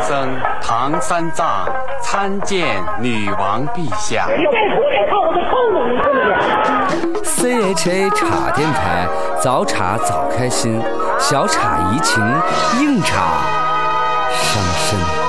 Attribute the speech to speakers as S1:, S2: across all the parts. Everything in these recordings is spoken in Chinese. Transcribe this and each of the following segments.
S1: 僧唐三藏参见女王陛下。
S2: 你这火得靠我的痛苦，你信不信？
S3: CHA 茶电台，早茶早开心，小茶怡情，硬茶伤身。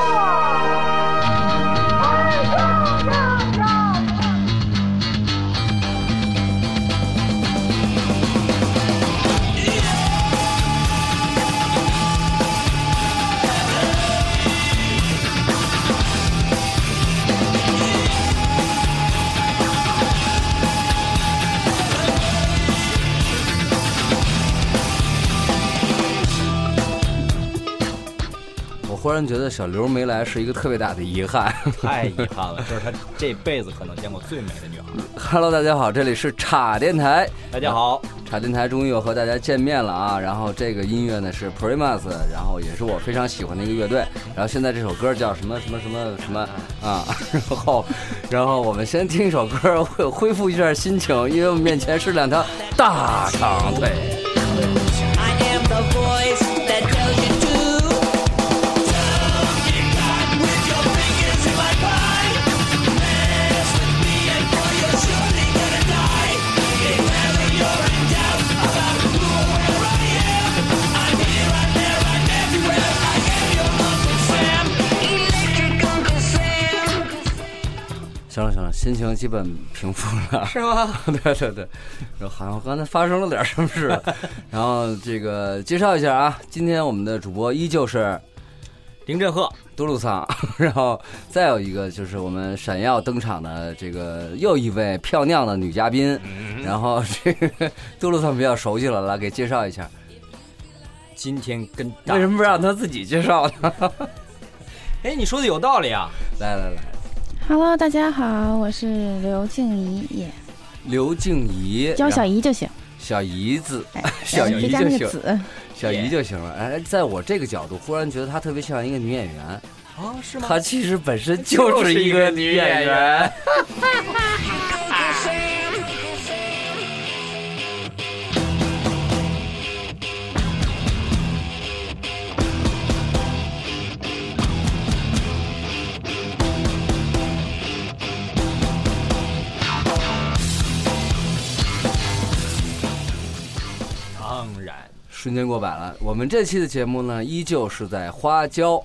S3: 我忽然觉得小刘没来是一个特别大的遗憾。
S4: 太遗憾了，就是她这辈子可能见过最美的女孩。
S3: Hello，大家好，这里是茶电台，
S4: 大家好，
S3: 茶电台终于又和大家见面了啊！然后这个音乐呢是 Primus，然后也是我非常喜欢的一个乐队。然后现在这首歌叫什么什么什么什么啊？ 然后，然后我们先听一首歌，恢恢复一下心情，因为我们面前是两条大长腿。
S5: I am the voice that tells you to. with your fingers in my pie. Mess with me and boy, you're surely gonna die. If ever you're in doubt about who or where I am, I'm here, I'm there, I'm everywhere. I am your Uncle Sam, electric Uncle Sam.
S3: 行了行了，心情基本平复了， 是吗？对对对，然后好像刚才发生了点什么似 的。然后这个介绍一下啊，今天我们的主播依旧是
S4: 林振赫，
S3: 嘟噜桑， 然后再有一个就是我们闪耀登场的这个又一位漂亮的女嘉宾，然后这个嘟噜桑比较熟悉了，来给介绍一下，
S4: 今天跟大
S3: 为什么不让他自己介绍呢？
S4: 哎，你说的有道理啊！
S3: 来来来，
S6: Hello，大家好，我是刘静怡，也
S3: 刘静怡，
S6: 叫小
S3: 然后
S6: 怡就行，
S3: 小姨子，
S6: 哎
S3: 小
S6: 然后
S3: 姨
S6: 再加
S3: 就
S6: 那
S3: 行
S6: 个。子，
S3: 小姨就行了。哎，在我这个角度，忽然觉得她特别像一个女演员。
S4: 啊，是吗？
S3: 她其实本身就是一个女演员。
S4: 当然，
S3: 瞬间过百了。我们这期的节目呢，依旧是在花椒。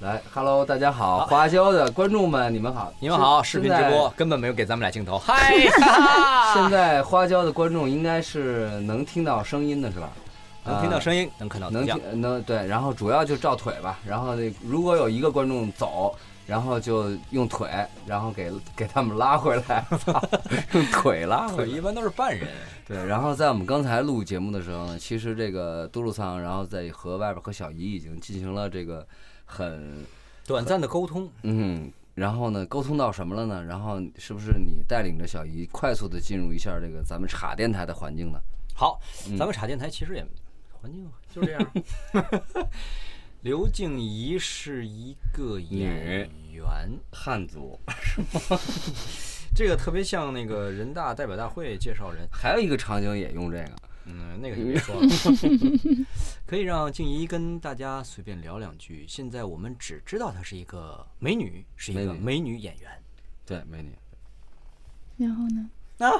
S3: 来，Hello，大家好，花椒的观众们，你们好，
S4: 你们好，视
S3: 现
S4: 频直播。根本没有给咱们俩镜头。嗨，
S3: 现在现在花椒的观众应该是能听到声音的是吧？
S4: 能听到声音，能看到
S3: 能
S4: 头像
S3: 听能对，然后主要就照腿吧，然后那如果有一个观众走，然后就用腿，然后给给他们拉回来， 操用腿拉回
S4: 腿
S3: 来。
S4: 一般都是半人，
S3: 对，然后在我们刚才录节目的时候呢，其实这个嘟噜桑，然后在和外边和小姨已经进行了这个很
S4: 短暂的沟通。
S3: 嗯，然后呢沟通到什么了呢？然后是不是你带领着小姨快速的进入一下这个咱们茶电台的环境呢？
S4: 好，咱们茶电台其实也环境就这样。 刘静怡是一个演员，
S3: 汉族
S4: 这个特别像那个人大代表大会介绍人，
S3: 还有一个场景也用这个，
S4: 嗯，那个就别说了。 可以让静怡跟大家随便聊两句。现在我们只知道她是一个美女，是一个
S3: 美女
S4: 美女演员。
S3: 对，美女。
S6: 然后呢？
S4: 啊，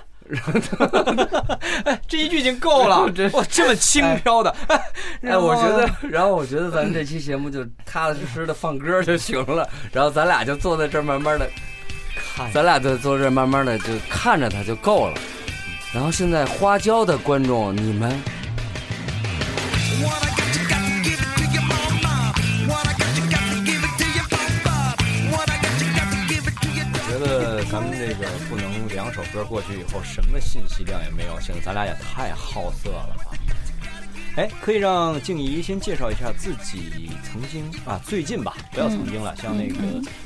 S4: 哎，这一句已经 够了，哇，这么轻飘的，哎，
S3: 哎，我觉得， 然后我觉得咱们这期节目就踏踏实实的放歌就行了，然后咱俩就坐在这儿慢慢的，
S4: 看
S3: 咱俩就坐这儿慢慢的就看着它就够了。然后现在花椒的观众，你们
S5: What I got, you got to give it to your mama. What I got, you got to give it to your papa. What I got, you got to give it to your
S4: 觉得咱们这个不能两首歌过去以后什么信息量也没有，显得咱俩也太好色了吧？哎，可以让静怡先介绍一下自己曾经啊，最近吧，不要曾经了，像那个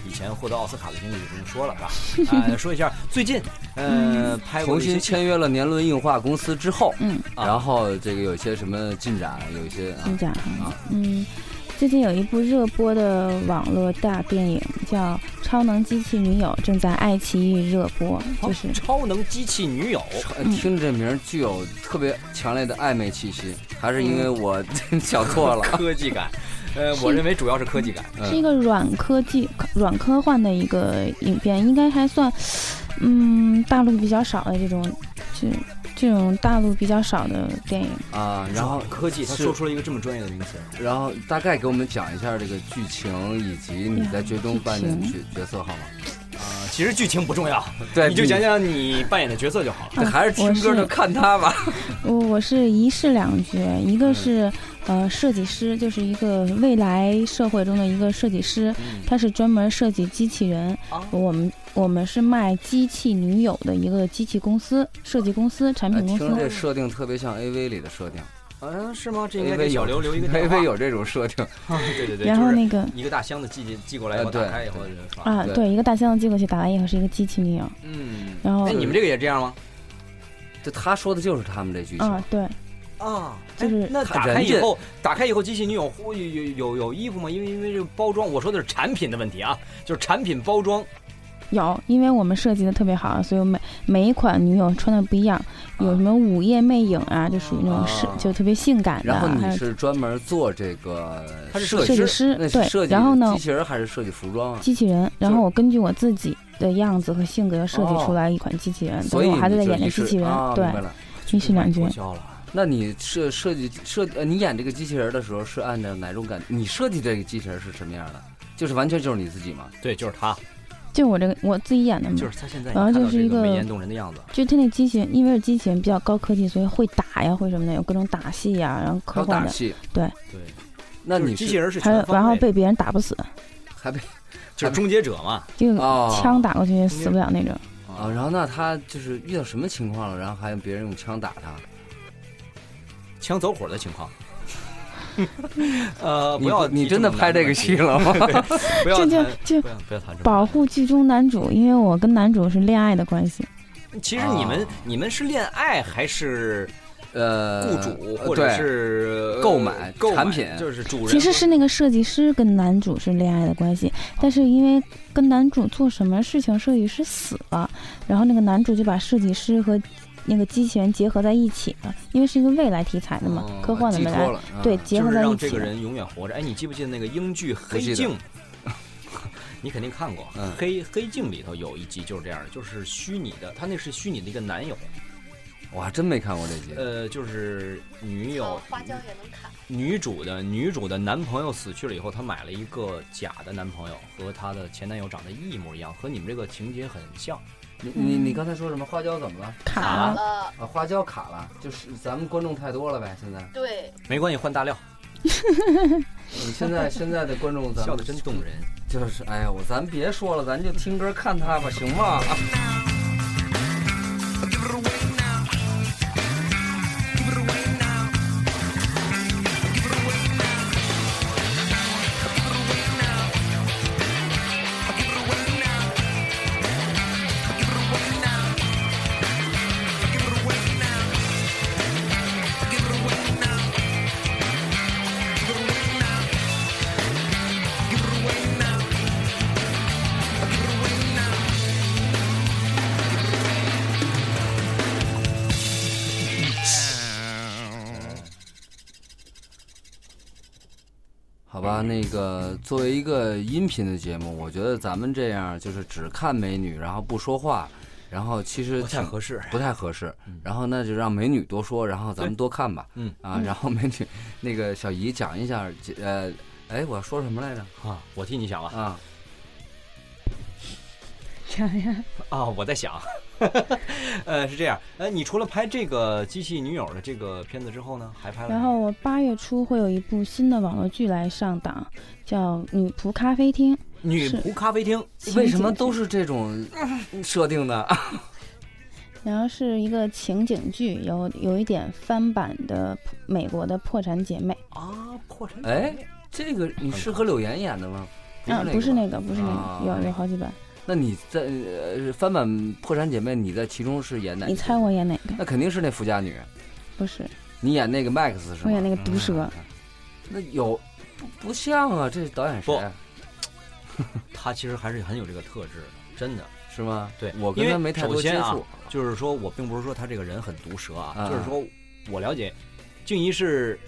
S4: 以前获得奥斯卡的经历已经说了是吧？啊，说一下最近，呃，拍过
S3: 重
S4: 的一些
S3: 新签约了年轮映画公司之后，啊
S6: 嗯，
S3: 然后这个有些什么进展，有一些啊
S6: 先讲
S3: 啊，
S6: 嗯，最近有一部热播的网络大电影叫《超能机器女友》，正在爱奇艺热播，就是
S4: 哦超能机器女友，
S3: 呃听着这名儿具 有特别强烈的暧昧气息，还是因为我想错了。
S4: 科技感。呃，我认为主要是科技感。
S6: 是一个软科技、软科幻的一个影片，应该还算，嗯，大陆比较少的这种，这这种大陆比较少的电影。
S3: 啊，
S4: 嗯
S3: 然后
S4: 科技，他
S3: 是
S4: 说出了一个这么专业的名词，
S3: 然后大概给我们讲一下这个剧情，以及你在剧中扮演的角角色好吗？
S4: 啊，其实剧情不重要，
S3: 对
S4: 你就讲讲你扮演的角色就好了。
S3: 这还是听歌就看他吧。
S6: 我我是一式两角，一
S3: 嗯
S6: 个是呃设计师，就是一个未来社会中的一个设计师，
S3: 嗯
S6: 他是专门设计机器人。
S3: 啊
S4: 哦
S6: 我们我们是卖机器女友的一个机器公司、设计公司、产
S3: 哎
S6: 品公
S3: 听
S6: 司。
S3: 着这设定特别像 AV 里的设定
S4: 嗯，是吗？这应该
S3: ，AV
S4: 给小
S3: 有
S4: 刘留一个电话。
S3: ，AV 有这种设定，
S4: 对对对，
S6: 然后
S4: 就是
S6: 那个
S4: 一个大箱子寄进寄过来以后，
S3: 呃对
S4: 打开以后就放。
S6: 啊，
S3: 对
S6: 对，一个大箱子寄过去，打完以后是一个机器女友。
S4: 嗯，
S6: 然后
S4: 哎，你们这个也这样吗？
S3: 就他说的就是他们这剧
S6: 啊
S3: 情，，
S6: 对，
S4: 啊，
S6: 就是
S4: 哎那
S3: 他
S4: 打开
S3: 人
S4: 以
S3: 家
S4: 后，打开以后，机器女友有有有有衣服吗？因为因为这个包装，我说的是产品的问题啊，就是产品包装。
S6: 有，因为我们设计的特别好，所以每每一款女友穿的不一样，有什么午夜魅影啊，就属于那种是、
S3: 啊
S6: 就特别性感的，
S3: 然后
S6: 还
S3: 你
S6: 有
S3: 是专门做这个
S4: 他是
S3: 设
S6: 设计
S3: 师，
S6: 师
S3: 那是
S6: 对
S3: 设，计
S6: 然后呢
S3: 机，器人还是设计服装啊？
S6: 机器人，然
S3: 就是
S6: 后我根据我自己的样子和性格设计
S3: 哦
S6: 出来一款机器人，
S3: 所
S6: 以
S3: 以
S6: 我还
S3: 你
S6: 在
S3: 就
S6: 演
S3: 一
S6: 着机
S3: 是
S6: 器人，
S3: 啊
S6: 对
S3: 明白，了。
S6: 一式两角
S4: 脱。销了，
S3: 那你设设计设呃，你演这个机器人的时候是按照哪种感？你设计这个机器人是什么样的？就是完全就是你自己吗？
S4: 对，就是他，
S6: 就我这个我自己演的嘛，
S4: 就是他现在你
S6: 嗯然后
S4: 看
S6: 就
S4: 到
S6: 是
S4: 这
S6: 一
S4: 个美
S6: 个
S4: 艳动人的样子。
S6: 就它那机器人，因为是机器人比较高科技，所以会打呀，会什么的，有各种打戏呀，然后科
S3: 高
S6: 幻
S3: 打
S6: 的，
S3: 戏？
S6: 对
S4: 对，
S3: 那
S4: 就是
S3: 你
S4: 机器
S3: 人
S4: 人是
S6: 还有
S4: 全
S6: 然
S4: 方
S6: 后
S4: 位的，
S6: 被别人打不死，
S3: 还被
S4: 就是终结者嘛。
S6: 就
S3: 哦
S6: 枪打过去也死不了那种。
S3: 啊、然后那他就是遇到什么情况了？然后还有别人用枪打
S4: 啊
S3: 他？
S4: 枪走火的情 况。呃，
S3: 你
S4: 不要
S3: 你
S4: 提
S3: 真的
S4: 么
S3: 拍
S4: 难
S3: 这
S4: 的
S3: 个
S4: 问题
S3: 戏，了吗？
S4: 不要
S6: 这就
S4: 谈
S6: 就
S4: 不要不要谈这么
S6: 保
S4: 难
S6: 护剧中男主，因为我跟男主是恋爱的关系，
S4: 的。其实你们
S3: 啊
S4: 你们是恋爱还是
S3: 呃，
S4: 雇主
S3: 呃
S4: 或者
S3: 对
S4: 是呃
S3: 购买
S4: 购
S3: 产
S4: 买
S3: 品
S4: 就是主人
S6: 其实是那个设计师跟男主是恋爱的关系，但是因为跟男主做什么事情，设计师死了，然后那个男主就把设计师和那个机器人结合在一起了，因为是一个未来题材的嘛，
S3: 嗯
S6: 科幻的
S3: 寄
S6: 未
S3: 托
S6: 来，
S3: 了，啊
S6: 对，，结
S4: 就
S6: 合
S4: 是
S6: 在一
S4: 让
S6: 起
S4: 这个
S6: 了。
S4: 人永远活着。哎，你记不记得那个英剧《黑
S3: 记得
S4: 镜》？ 你肯定看过，
S3: 嗯
S4: 黑黑镜》里头有一集就是这样的，就是虚拟的，他那是虚拟的一个男友，
S3: 我还真没看过这集。
S4: 呃，就是女友
S7: 花椒也能砍。
S4: 女主的女主的男朋友死去了以后，她买了一个假的男朋友，和她的前男友长得一模一样，和你们这个情节很像。
S3: 你你你刚才说什么？花椒怎么了？
S6: 卡
S4: 啊
S6: 了，
S7: 呃，
S3: 啊，花椒卡了，就是咱们观众太多了呗。现在，
S7: 对，
S4: 没关系，换大料，
S3: 你现 在现在的观众，咱
S4: 笑
S3: 们
S4: 得真动人。
S3: 就是，哎呀，我咱别说了，咱就听歌看他吧，行吗？好吧，那个作为一个音频的节目，我觉得咱们这样就是只看美女，然后不说话，然后其实
S4: 不太
S3: 挺
S4: 合适
S3: 不太合适。然后那就让美女多说，然后咱们多看吧。
S4: 嗯
S3: 啊，然后美女那个小姨讲一下，呃，哎，我要说什么来着？
S4: 啊！我替你想了
S3: 啊，
S6: 啥呀？
S4: 啊！我在想，呃，是这样，呃，你除了拍这个《机器女友》的这个片子之后呢，还拍了什么？
S6: 然后我八月初会有一部新的网络剧来上档，叫《女仆咖啡厅》。
S4: 女
S6: 是
S4: 仆咖啡厅，
S3: 为什么都是这种设定的？啊
S6: 然后是一个情景剧，有有一点翻版的美国的《破产姐妹
S4: 啊，破产
S3: 哎，这个你是和柳岩演的吗？》
S6: 啊，不是
S3: 吧
S6: 那个，不是那个，
S3: 啊
S6: 有有好几版。
S3: 那你在呃翻版《破产姐妹》，你在其中是演哪？
S6: 你猜我？演哪个？
S3: 那肯定是那富家女，
S6: 不是，
S3: 你演那个 Max 是吗？
S6: 我演那个毒蛇。
S3: 那有不不像啊？这导演谁啊？
S4: 她其实还是很有这个特质的，真的。
S3: 是吗？
S4: 对，
S3: 我跟
S4: 因为
S3: 他没太多
S4: 首
S3: 接
S4: 先
S3: 触。
S4: 啊就是说我并不是说他这个人很毒舌啊，
S3: 啊
S4: 就是说我了解，静怡是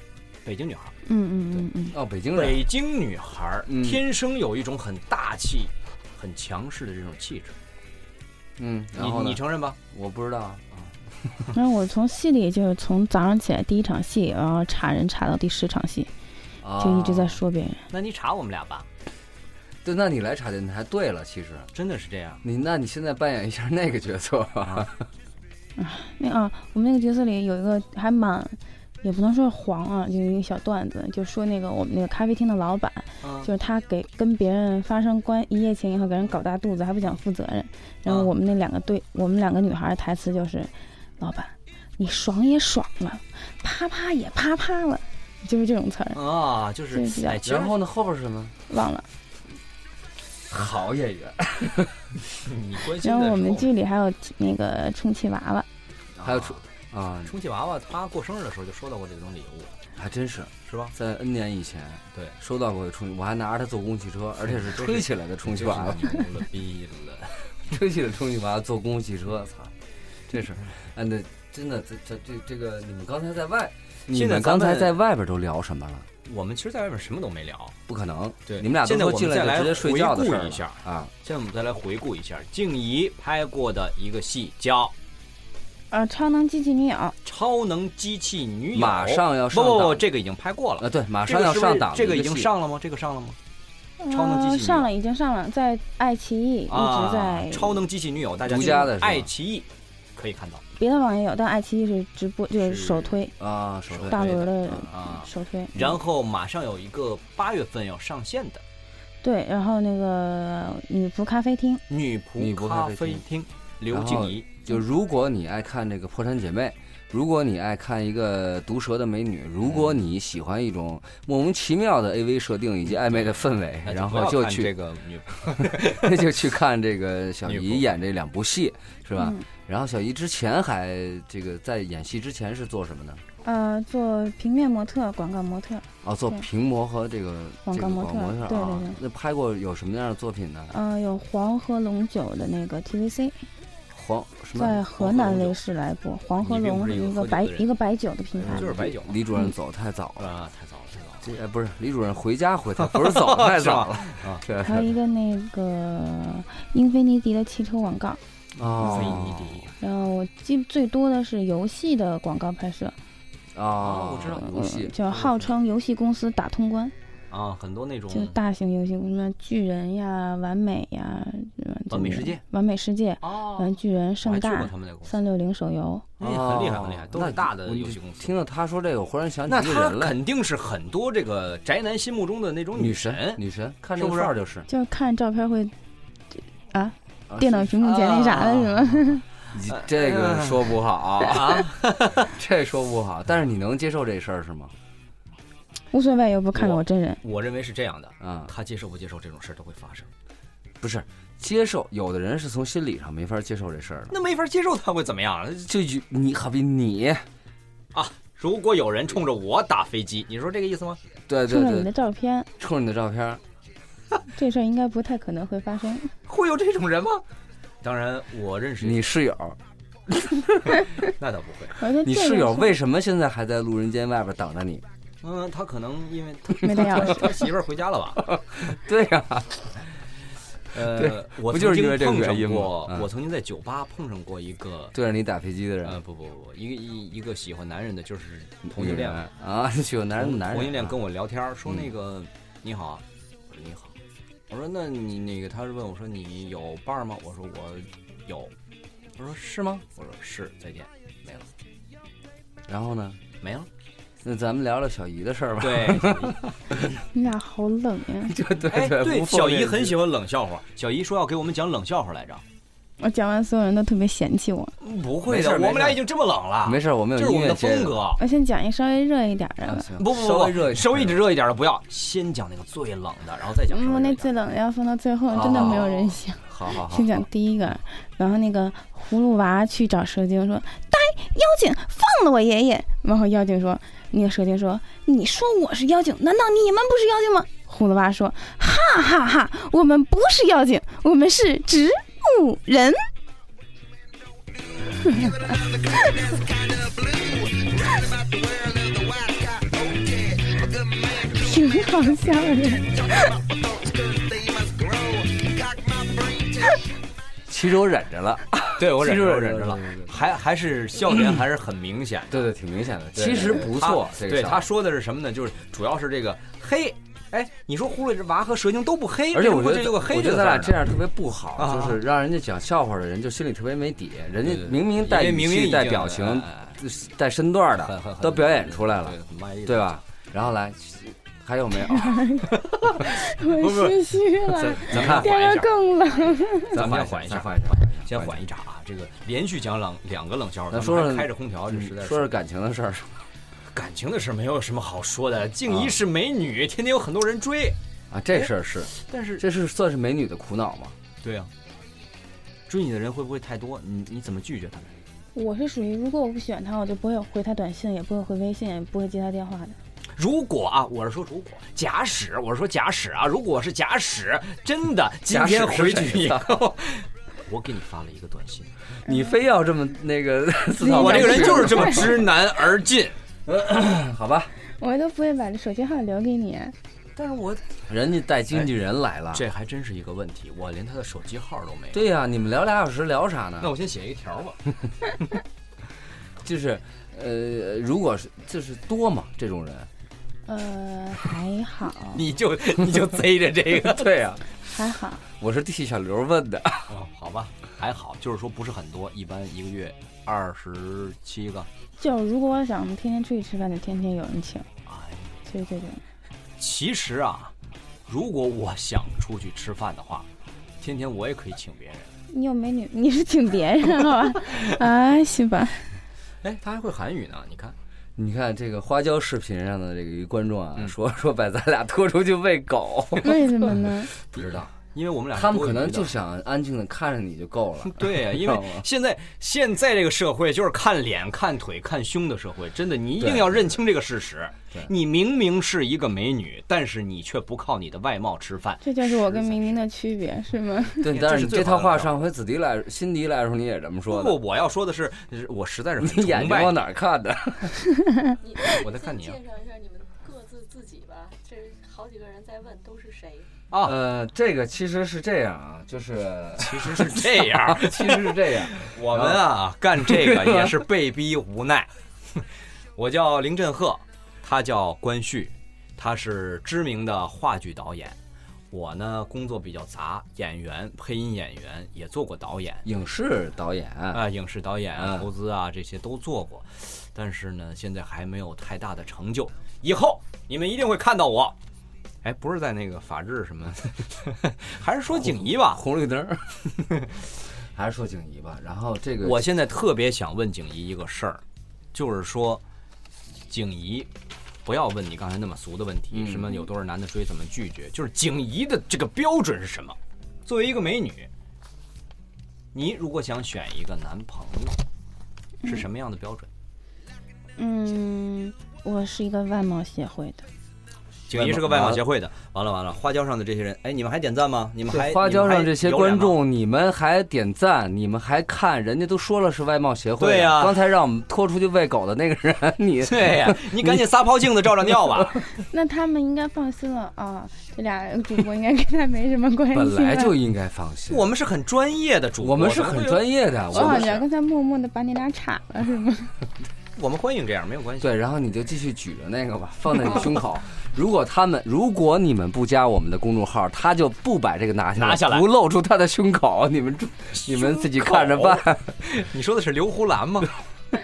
S4: 北京女孩儿。
S6: 嗯嗯嗯嗯，
S3: 哦，北京人，
S4: 北京女孩儿
S3: 嗯
S4: 天生有一种很大气、很强势的这种气质，
S3: 嗯，然
S4: 你
S3: 后呢
S4: 你？承认吧？
S3: 我不知道啊，
S6: 然后我从戏里就是从早上起来第一场戏，然后查人查到第十场戏，
S3: 啊
S6: 就一直在。说别人。
S4: 那你查我们俩吧，
S3: 对，那你来茶店还对了，其实
S4: 真的是这样。
S3: 你，那你现在扮演一下那个角色
S4: 啊
S3: 吧。
S6: 那啊，我们那个角色里有一个还蛮，也不能说是黄啊，就有一个小段子，就说那个我们那个咖啡厅的老板，
S4: 嗯
S6: 就是他给跟别人发生关一夜情以后给人搞大肚子，还不想负责任。然后
S4: 啊
S6: 我们那两个对我们两个女孩的台词就是：“老板，你爽也爽了，啪啪也啪啪了。”就是这种词儿，
S4: 啊，就
S6: 就是这
S4: 是
S6: 样
S4: 哎，其实
S3: 然后呢，后边是什么？
S6: 忘了。
S3: 好演员，
S4: 你关心
S6: 然后
S4: 的
S6: 我们
S4: 是
S6: 剧里还有那个充气娃娃，
S4: 啊
S3: 还有出啊，
S4: 充气娃娃，他过生日的时候就收到过这种礼物，
S3: 还真是
S4: 是吧？
S3: 在 N 年以前
S4: 对，
S3: 收到过充气，我还拿着它坐公共汽车，而且 是吹起来的充气娃娃，
S4: 真是牛了逼了，
S3: 吹起来的充气娃娃坐公共汽车， 操，这是，哎，那真的，这这这这个，你们刚才在外， 你
S4: 现在
S3: 们
S4: 咱
S3: 刚才
S4: 们
S3: 在外边都聊什么了？
S4: 我们其实，在外面什么都没聊。
S3: 不可能，
S4: 对
S3: 你们俩都
S4: 现在我
S3: 说
S4: 们
S3: 进
S4: 再
S3: 来
S4: 来
S3: 就直接睡觉的事儿
S4: 回顾
S3: 了
S4: 一下
S3: 啊，
S4: 现在我们再来回顾一下静怡拍过的一个戏，叫《
S6: 呃，超能机器女友，
S4: 超能机器女友》，
S3: 马上要上
S4: 不不不，
S3: 档
S4: 这个已经拍过了
S3: 啊，，对，马
S4: 马
S3: 上要上档的
S4: 这个
S3: 一
S4: 已
S3: 个
S4: 经
S3: 戏
S4: 上了吗？这个上了吗？超能机器
S6: 呃
S4: 女友
S6: 上了已经上了，在爱奇艺一
S4: 啊，
S6: 直在，
S4: 超能机器女友，大家
S3: 独
S4: 进
S3: 家的是吧
S4: 爱奇艺可以看到
S6: 别的网也有，但爱奇艺是直播，就是
S4: 是
S6: 首推
S3: 啊，手段
S6: 大轮的
S4: 啊。
S6: 首推。嗯
S4: 然后马上有一个八月份要上线的
S3: 嗯
S6: 对，然后那个女仆咖啡厅，
S4: 女
S3: 女
S4: 仆
S3: 仆
S4: 咖
S3: 咖
S4: 啡
S3: 啡
S4: 厅，刘静怡
S3: 就如果你爱看这个《破产姐妹》，如果你爱看一个毒舌的美女，如果你喜欢一种莫名其妙的 AV 设定以及暧昧的氛围，
S4: 那
S3: 然
S4: 哎不要
S3: 后就
S4: 看这
S3: 去嗯
S4: 个女
S3: 那就去看这个小
S4: 女仆
S3: 姨演这两部戏，是吧？
S6: 嗯
S3: 然后小姨之前还这个在演戏之前是做什么呢？
S6: 呃，做平面模特、广告模特，
S3: 哦，做
S6: 对
S3: 屏模和这个
S6: 广
S3: 这个
S6: 告模
S3: 广告模
S6: 特
S3: 特
S6: 对对
S3: 啊
S6: 对。
S3: 那拍过有什么样的作品呢？
S6: 呃，有黄河龙九的那个 TVC，
S3: 黄什么？
S6: 在河南卫视来播。黄河龙是一个白
S4: 你并不是一个喝酒的人哎
S6: 一个白酒的品牌
S4: 就，是白酒
S3: 李主任
S6: 嗯
S3: 走太早了。
S4: 啊，太早了，太早了。
S3: 这哎不是李主任回家回他不是走 太
S4: 是吧
S3: 早了啊，对
S6: 还有一个那个 英菲尼迪的汽车广告。
S4: 费
S3: 哦
S4: 尼迪
S6: 然后我记最多的是游戏的广告拍摄，
S3: 哦，
S4: 我知道
S3: 游戏
S6: 嗯，就号称游戏公司打通关，
S4: 啊，很多那种
S6: 就是大型游戏公司，什么巨人呀、完美呀、嗯
S4: 完美世界、
S6: 完美世界、
S4: 哦
S6: 玩巨
S4: 我
S6: 人、
S4: 还
S6: 盛
S4: 去过
S6: 大
S4: 他、们那公司，
S6: 三六零手游，
S4: 哎很厉害，很厉
S3: 哦
S4: 害，都
S3: 那
S4: 是大的
S3: 我
S4: 游戏公司。
S3: 听到他说这个，我忽然想起
S4: 那
S3: 一个
S4: 她
S3: 人来，
S4: 肯定是很多这个宅男心目中的那种
S3: 女
S4: 神
S3: 神，，女神，看
S4: 是
S3: 这个
S4: 不
S3: 范
S4: 是
S3: 儿就是
S6: 就是看照片会啊，
S3: 啊
S6: 电脑
S3: 是
S6: 屏幕前那啥的是
S4: 啊
S6: 吗？
S3: 你这
S4: 哎
S3: 个说不好啊， 这说不好，但是你能接受这事儿是吗？
S6: 无所谓，又不看到我真人。
S4: 我认为是这样的，
S3: 啊，
S4: 他接受不接受这种事儿都会发生。
S3: 不是接受，有的人是从心理上没法接受这事儿的，
S4: 那没法接受他会怎么样？啊
S3: 就与你好比你，
S4: 如果有人冲着我打飞机，你说这个意思吗？
S3: 对
S6: 冲
S3: 对
S6: 着你
S3: 对，
S6: 的照片，
S3: 冲着你的照片儿，
S6: 这事儿应该不太可能会发生。
S4: 会有这种人吗？当然，我认识
S3: 你室友，
S4: 那倒不会。
S6: 我觉得
S3: 你
S6: 这
S3: 室
S6: 个
S3: 友
S6: 是
S3: 为什么现在还在路人间外边等着你？
S4: 嗯，他可能因为他
S6: 没带钥匙
S4: 他媳妇儿回家了 吧？
S3: 对呀、
S4: 呃
S3: 对，
S4: 我
S3: 不就是因
S4: 曾经
S3: 为这个
S4: 碰
S3: 原因
S4: 上
S3: 吗
S4: 过，
S3: 嗯
S4: 我曾经在酒吧碰上过一个，
S3: 对着你打飞机的人，
S4: 呃，不不不，一个一一个喜欢男人的，就是同
S3: 女
S4: 性恋
S3: 人，啊， 喜欢男人的男人，
S4: 同性恋跟
S3: 我
S4: 我聊天儿说
S3: 嗯
S4: 那个、你好啊，我说你好，我说那你那个他是问我说你有伴儿吗？我说我有，我说是吗？我说是，再见，没了
S3: 然后呢，
S4: 没了。
S3: 那咱们聊聊小姨的事儿吧。
S4: 对，
S6: 你俩好冷哎呀！
S3: 对对
S4: 哎
S3: 对，
S4: 对，
S3: 无
S4: 小
S3: 缝
S4: 姨
S3: 链
S4: 很
S3: 接
S4: 喜欢冷笑话，小姨说要给我们讲冷笑话来着。
S6: 我讲完，所有人都特别嫌弃我。
S4: 不
S3: 会
S4: 会
S3: 的
S4: 的，我
S3: 我
S4: 们
S3: 们
S4: 俩
S3: 俩
S4: 已
S3: 已
S4: 经这么冷了，
S3: 没事儿，我们
S4: 这
S3: 有
S4: 是我
S3: 音乐
S4: 们的
S3: 节
S4: 风。格。
S6: 我先讲一稍微热一点儿的
S3: 啊
S6: 吧。嗯
S3: 行
S4: 不不
S3: 稍
S4: 不
S3: 微热一点
S4: 不，稍微热一点的不要，先讲那个最冷的，然后再讲稍
S6: 嗯，
S4: 微热
S6: 我
S4: 一点的。啊
S6: 那最冷的要放到最后，真的没有人想。
S3: 好好好
S6: 先，讲第一个，然后那个葫芦娃去找蛇精说：“呆，妖精放了我爷爷。”然后妖精说：“那个蛇精说，你说我是妖精，难道你们不是妖精吗？”葫芦娃说：“哈哈哈，我们不是妖精，我们是植物人。 好吓人！
S3: 其实我忍着了，
S4: 对我忍着
S3: 其实
S4: 了，我忍着了
S3: 对对对，
S4: 还还是笑点还是很明显的。
S3: 对对，挺明显的，
S4: 对
S3: 其实不错。
S4: 他
S3: 这个
S4: 对
S3: 小
S4: 他说的是什么呢？就是主要是这个黑，哎，你说葫芦娃和蛇精都不黑，
S3: 而且我
S4: 为什么
S3: 觉
S4: 这
S3: 得，
S4: 有个黑
S3: 我觉得
S4: 个字
S3: 咱俩
S4: 儿呢
S3: 这样特别不好，
S4: 啊
S3: 就是让人家讲笑话的人就心里特别没底，人家
S4: 对对
S3: 明明带
S4: 因为
S3: 语
S4: 明明已
S3: 气、
S4: 经
S3: 带表情
S4: 哎哎、
S3: 带身段
S4: 很很
S3: 的，
S4: 很
S3: 都表演出来了
S4: 对，很卖力
S3: 对？
S6: 啊
S3: 吧？然后来，还有没有？啊
S6: 我心虚了，
S4: 咱们
S6: 天
S4: 先缓一
S6: 儿
S4: 下，
S6: 更冷。
S4: 咱们
S3: 缓
S4: 先缓
S3: 一
S4: 一
S3: 下
S4: 下，
S3: 缓一下
S4: 先缓一下啊！这个连续讲冷两个冷笑话，
S3: 咱
S4: 咱
S3: 说
S4: 们还
S3: 说
S4: 开着空调，这实在
S3: 嗯
S4: 是
S3: 说说感情的事儿，
S4: 感情的事没有什么好说的。静怡是美女，天天有很多人追，
S3: 啊，这事儿是，
S4: 但是
S3: 这是算是美女的苦恼吗？
S4: 对啊，追你的人会不会太多？你你怎么拒绝他们？
S6: 我是属于，如果我不喜欢他，我就不会回他短信，也不会回微信，也不会接他电话的。
S4: 如果啊，我是说如果假使，我是说假使啊，如果是假使，真 的今
S3: 假使
S4: 天
S3: 是
S4: 回
S3: 谁
S4: 去以后， 我给你发了一个短信，
S3: 你非要这么那个自讨
S4: 我
S3: 没趣
S4: 这个人就是这么知难而进。
S3: 好吧？
S6: 我都不会把这手机号留给你。
S4: 但是我
S3: 人家带经纪人来了，
S4: 这还真是一个问题，我连他的手机号都没有。
S3: 对呀，你们聊俩小时聊啥呢？
S4: 那我先写一条吧。
S3: 就是，呃，如果是就是多嘛这种 人，
S6: 呃，还 好，
S4: 你就你就贼着这个，
S3: 对 呀、
S6: 还好。
S3: 我是替小刘问的，
S4: 哦，好吧，还好，就是说不是很多，一般一个月二十七个。
S6: 就如果我想天天出去吃饭，就天天有人请，
S4: 哎，
S6: 所以这种。
S4: 其实啊，如果我想出去吃饭的话，天天我也可以请别人。
S6: 你有美女，你是请别人好吧？ 啊，行吧。
S4: 哎，他还会韩语呢，你看，
S3: 你看这个花椒视频上的这个一观众啊，
S4: 嗯
S3: 说说把咱俩拖出去喂 狗，
S6: 为什么呢？
S3: 不知道，
S4: 因为我们俩 是
S3: 他们
S4: 哎多
S3: 可
S4: 余
S3: 能
S4: 的
S3: 就 想安静的看着你就够了。
S4: 对 呀，因
S3: 知道
S4: 为
S3: 吗
S4: 现在现在这个社会就是看脸、看腿、看胸的社会，真的，你一定
S3: 对
S4: 要认清这个事实
S3: 对。
S4: 你明明是一个美女，但是你却不靠你的外貌吃饭。
S6: 这就是我跟明明的区别，是吗？
S3: 对，
S4: 这
S3: 但是
S4: 是
S3: 你
S4: 最
S3: 这套
S4: 好的
S3: 话
S4: 办法
S3: 上回子迪来辛迪来的时候你也这么说
S4: 不
S3: 的
S4: 过，我要说的是，就是我实在是很
S3: 你眼睛
S4: 崇拜啊
S3: 往
S4: 你
S3: 哪儿看 的？
S7: 你
S4: 我在看你啊
S7: 介绍一下你们各自自己吧，这好几个人在问都是谁。
S4: 啊
S3: 呃，这个其实是这样啊，就是
S4: 其实是这样，
S3: 其实是这样，
S4: 我们啊干这个也是被逼无奈。 我叫林振赫，他叫关旭，他是知名的话剧导演。我呢工作比较杂，演员、配音演员，也做过导演
S3: 影视导演
S4: 啊、影视导演啊、
S3: 嗯
S4: 投资啊这些都做过，但是呢现在还没有太大的成就。以后你们一定会看到我。哎，不是在那个法制什么， 还是
S3: 哦
S4: 说景怡吧？
S3: 红绿灯儿， 还是说景怡吧。然后这个
S4: 我现在特别想问景怡一个事儿，就是说，景怡，不要问你刚才那么俗的问题，
S3: 嗯
S4: 什么有多少男的追，怎么拒绝，就是景怡的这个标准是什么？作为一个美女，你如果想选一个男朋友，是什么样的标准？
S6: 嗯，我是一个外貌协会的。
S4: 景怡是个外貌协会的，完了完了，花椒上的这些人，哎，你们还点赞吗？你们还
S3: 对花椒
S4: 你们
S3: 上
S4: 还
S3: 这些
S4: 有脸
S3: 观
S4: 吗
S3: 众，你们还点赞，你们还看，人家都说了是外貌协会的。
S4: 对呀
S3: 刚才让我们拖出去喂狗的那个人， 你
S4: 对呀，你赶紧撒泡镜子照照尿吧。
S6: 那他们应该放心了啊，这俩主播应该跟他没什么关系。
S3: 本来就应该放心。
S4: 我们是很专业的主播，
S3: 我们是
S4: 怎么
S3: 很
S4: 会有
S3: 专业的，
S6: 我
S3: 我
S6: 好
S3: 们
S6: 像哦刚才默默的把你俩岔了，是吗？
S4: 我们欢迎这样，没有关系。
S3: 对，然后你就继续举着那个吧，放在你胸口。 如果他们，如果你们不加我们的公众号，他就不把这个拿下来，
S4: 拿下来
S3: 不露出他的胸口，你们注你们自己看着办。
S4: 你说的是刘胡兰吗？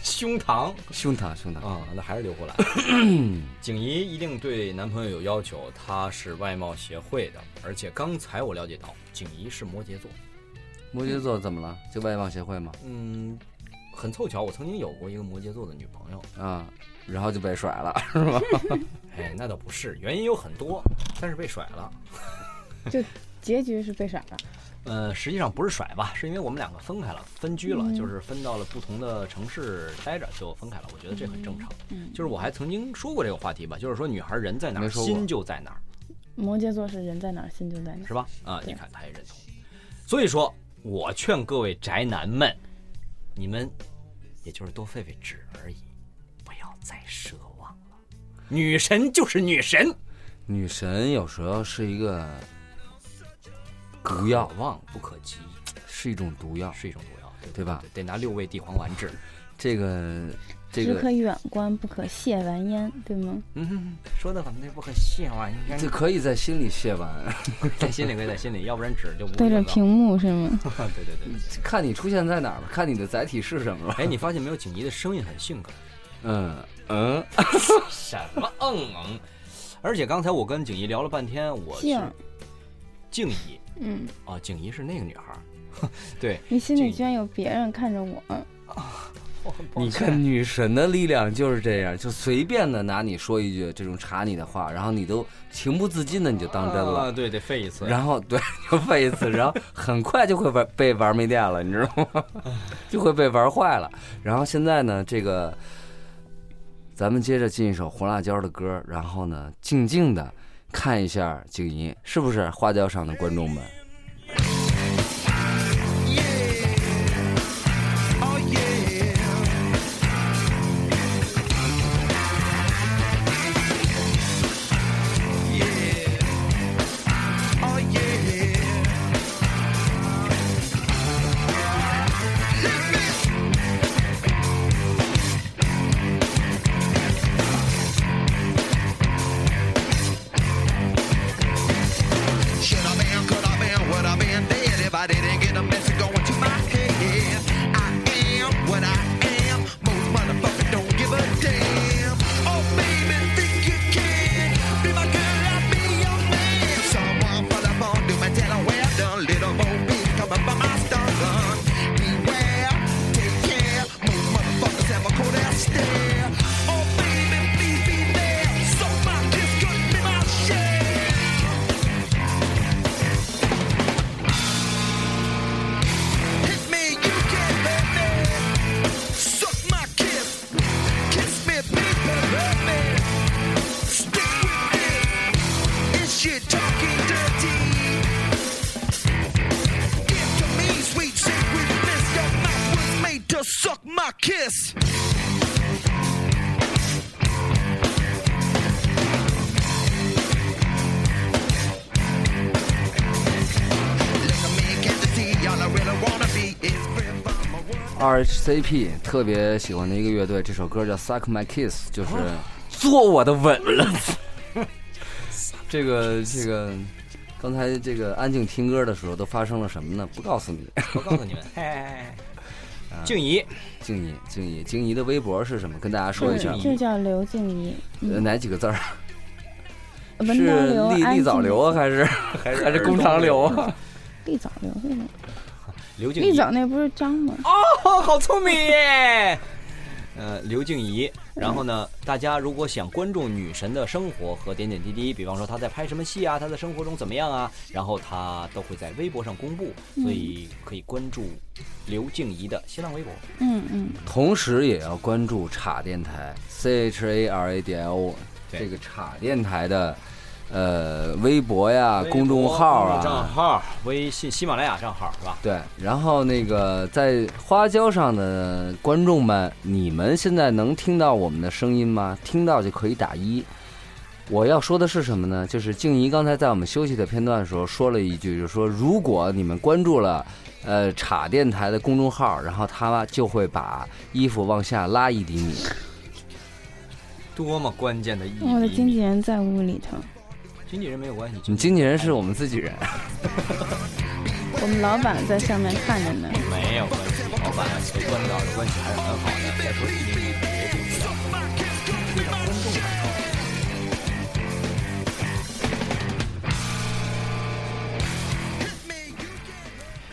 S4: 胸膛
S3: 胸膛，胸膛，
S4: 啊，那还是刘胡 兰。景怡一定对男朋友有要求，她是外貌协会的，而且刚才我了解到，景怡是摩羯座。
S3: 摩羯座怎么了？就外貌协会吗？
S4: 嗯，很凑巧，我曾经有过一个摩羯座的女朋友。
S3: 啊，然后就被甩了。
S4: 哎，那倒不是，原因有很多，但是被甩了。
S6: 就结局是被甩了。
S4: 呃，实际上不是甩吧，是因为我们两个分开了，分居
S3: 嗯
S4: 了，就是分到了不同的城市待着就分开了。我觉得这很正常。就是我还曾经说过这个话题吧，就是说女孩人在
S3: 嗯
S4: 哪
S3: 没
S4: 儿，
S3: 说过
S4: 心就在哪儿。
S6: 摩羯座是人在哪儿，心就在哪
S4: 是
S6: 儿。
S4: 吧？啊，
S6: 对
S4: 你看他也认同。所以说，我劝各位宅男们，你们也就是多费费纸而已，不要再奢望了。女神就是女神，
S3: 女神有时候是一个毒药
S4: 可，望不可及，
S3: 是一种毒药，
S4: 是一种毒药，
S3: 对吧？
S4: 得拿六味地黄丸治。
S3: 这个这
S6: 只
S3: 个
S6: 可远观，不可亵玩焉，对吗？
S4: 嗯，说的很对，不可啊亵玩 焉
S3: 这可以在心里亵玩，
S4: 在心里归在心里，要不然纸就不会
S6: 对着
S4: 用到
S6: 屏幕 是吗？
S4: 对对对对。对
S3: 看你出现在哪儿吧，看你的载体是什么了。
S4: 哎，你发现没有？锦怡的声音很性感。
S3: 嗯嗯，
S4: 什么嗯嗯？而且刚才我跟景怡聊了半天，我是
S6: 静儿，
S4: 静怡
S6: 嗯，
S4: 啊，景怡是那个女孩儿。对，
S6: 你心里
S4: 静
S6: 居然有别人看着我，
S4: 我很抱
S3: 你
S4: 歉
S3: 看女神的力量就是这样，就随便的拿你说一句这种查你的话，然后你都情不自禁的你就当真
S4: 啊，
S3: 了，
S4: 对得废一次。
S3: 然后对 就背一次，然后很快就会玩被玩没电了，你知道吗？ 就会被玩坏了。然后现在呢，这个咱们接着进一首红辣椒的歌，然后呢，静静的看一下静怡是不是花椒上的观众们。
S8: Should I been, could I been, would I been dead if I didn't get a message going to my head? I am what I am. Most motherfuckers don't give a damn. Oh, baby, think you can be my girl, I'll be your man. Someone for the phone, do my tell her well done. Little Bo Peep coming from my star gun. Beware, take care. Most motherfuckers have a cold ass stare. Oh, baby, please be there. So my kiss could be my share. Hit me, you can hurt me. Suck my kiss. Kiss me, people hurt me. Stick with me. Is she talking dirty? Give to me, sweet shit with this. Your mouth was made to suck my kiss. Look at me, can't you see? All I really wanna be is free from my world.
S3: RHCP 特别喜欢的一个乐队，这首歌叫《Suck My Kiss》，就是做我的吻了。这个这个，刚才这个安静听歌的时候都发生了什么呢？不告诉你。
S4: 我告诉你们，哎，静怡，
S3: 静怡，静怡，静怡的微博是什么？跟大家说
S6: 就
S3: 一下，
S6: 就叫刘静怡，
S3: 呃哪几个字儿？
S6: 嗯文
S3: 是
S6: 刀流、
S3: 立
S6: 安
S3: 立
S6: 静
S3: 早流啊，还是还是还是工长流啊？
S6: 立早流那个，
S4: 刘静
S6: 立
S4: 怡，
S6: 早那不是张吗？
S4: 哦，好聪明耶！呃，刘静怡。然后呢，大家如果想关注女神的生活和点点滴滴，比方说她在拍什么戏啊，她的生活中怎么样啊，然后她都会在微博上公布，所以可以关注刘静怡的新浪微博。
S6: 嗯嗯，
S3: 同时也要关注叉电台 C H A R A D L O
S4: 对
S3: 这个叉电台的呃微博呀、
S4: 微博
S3: 公众号
S4: 公众账
S3: 啊。
S4: 号、微信、喜马拉雅账号是吧？
S3: 对，然后那个在花椒上的观众们，你们现在能听到我们的声音吗？听到就可以打一。我要说的是什么呢？就是静怡刚才在我们休息的片段的时候说了一句，就是说如果你们关注了呃叉电台的公众号，然后他就会把衣服往下拉一厘米。
S4: 多么关键的意义！
S6: 我的哦经纪人在屋里头，
S4: 经纪人没有关系，
S3: 你经纪人是我们自己人，
S6: 我们老板在上面看着呢。
S4: 没有关系，老板和关导的关系还是很好的。再说一厘米也比不了。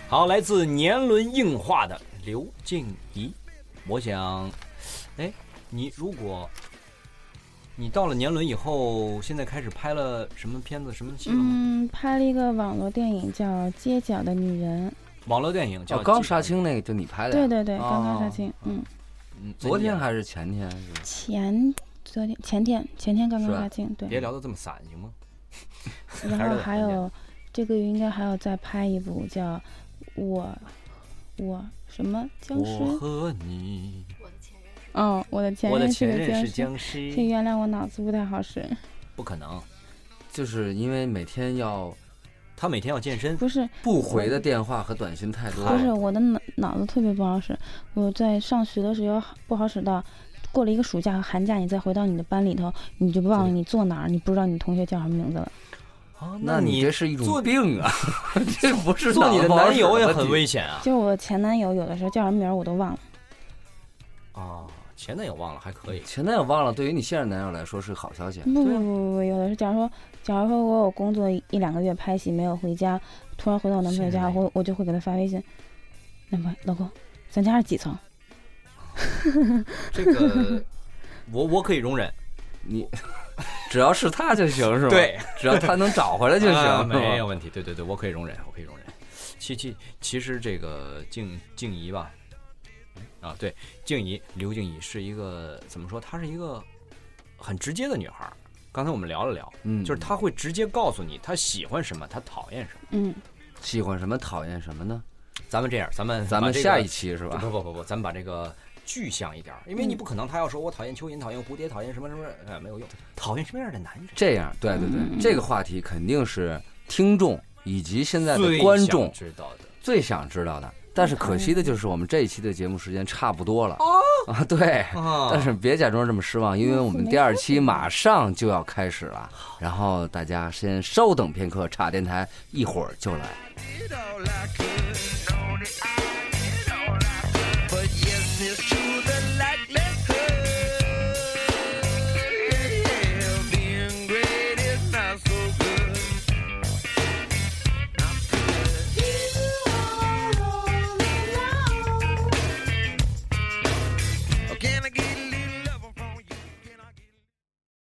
S4: 好，来自年轮映画的刘静怡，我想，哎，你如果你到了年轮以后，现在开始拍了什么片子、什么戏了吗？
S6: 嗯，拍了一个网络电影叫《街角的女人》，
S4: 网络电影 叫
S3: 哦
S4: 《
S3: 刚杀青那个就你拍的呀，
S6: 对对对，刚刚杀
S3: 啊哦
S6: 青，嗯，
S3: 嗯昨天还是前天？
S6: 前昨天前天前天刚刚
S3: 是吧
S6: 杀青，对，
S4: 别聊得这么散，行吗？
S6: 然
S4: 还
S6: 后
S4: 是
S6: 还
S4: 很
S6: 有这个月应该还有再拍一部叫《我我什么僵
S4: 我
S6: 尸
S4: 和你，》
S6: 哦，我的前
S4: 我的
S6: 任是
S4: 前
S6: 个
S4: 任
S6: 僵
S4: 是
S6: 尸。
S4: 僵尸
S6: 这，原谅我脑子不太好使，
S4: 不可能。
S3: 就是因为每天要
S4: 他每天要健身，
S6: 不是
S3: 不回的电话和短信太多
S6: 不是
S3: 了，
S6: 我的脑脑子特别不好使，我在上学的时候不好使到，过了一个暑假和寒假，你再回到你的班里头，你就忘了你坐哪儿，你不知道你同学叫什么名字了。
S4: 啊
S3: 那
S4: 你
S3: 这是一种
S4: 做
S3: 病啊， 这不是
S4: 做
S3: 脑
S4: 你的
S3: 不好
S4: 男
S3: 使
S4: 友也
S3: 问
S4: 很
S3: 题
S4: 危险啊！
S6: 就是我前男友有的时候叫什么名儿我都忘了，
S4: 啊，前男友忘了还可以，
S3: 前男友忘了，对于你现任男友来说是好消息。啊
S6: 不不不不不，有的时候假如说假如说我有工作一一两个月拍戏没有回家，突然回到我男朋友家，我我就会给他发微信，男朋友老公，咱家是几层？
S4: 这个我我可以 容忍，
S3: 你只要是他就行，是吗？
S4: 对，
S3: 只要他能找回来就行，
S4: 啊
S3: 是吗
S4: 没有问题。对对对，我可以容忍，我可以容忍。其其其实这个静静怡吧，啊，对，静怡，刘静怡是一个怎么说？她是一个很直接的女孩儿。刚才我们聊了聊，
S3: 嗯
S4: 就是她会直接告诉你她喜欢什么，她讨厌什么。
S6: 嗯，
S3: 喜欢什么，讨厌什么呢？
S4: 咱们这样，咱们
S3: 咱们
S4: 把这个
S3: 下一期是吧？
S4: 不不不不，咱们把这个具象一点儿，因为你不可能他要说我讨厌蚯蚓，讨厌蝴蝶，讨厌什么什么，呃，没有用，讨厌什么样的男人？
S3: 这样，对对对，
S4: 嗯
S3: 这个话题肯定是听众以及现在的观众
S4: 知道的，
S3: 最想知道的。但是可惜的就是，我们这一期的节目时间差不多了啊，对。
S4: 啊
S3: 但是别假装这么失望，因为我们第二期马上就要开始了，然后大家先稍等片刻，差电台一会儿就来。
S8: It all I can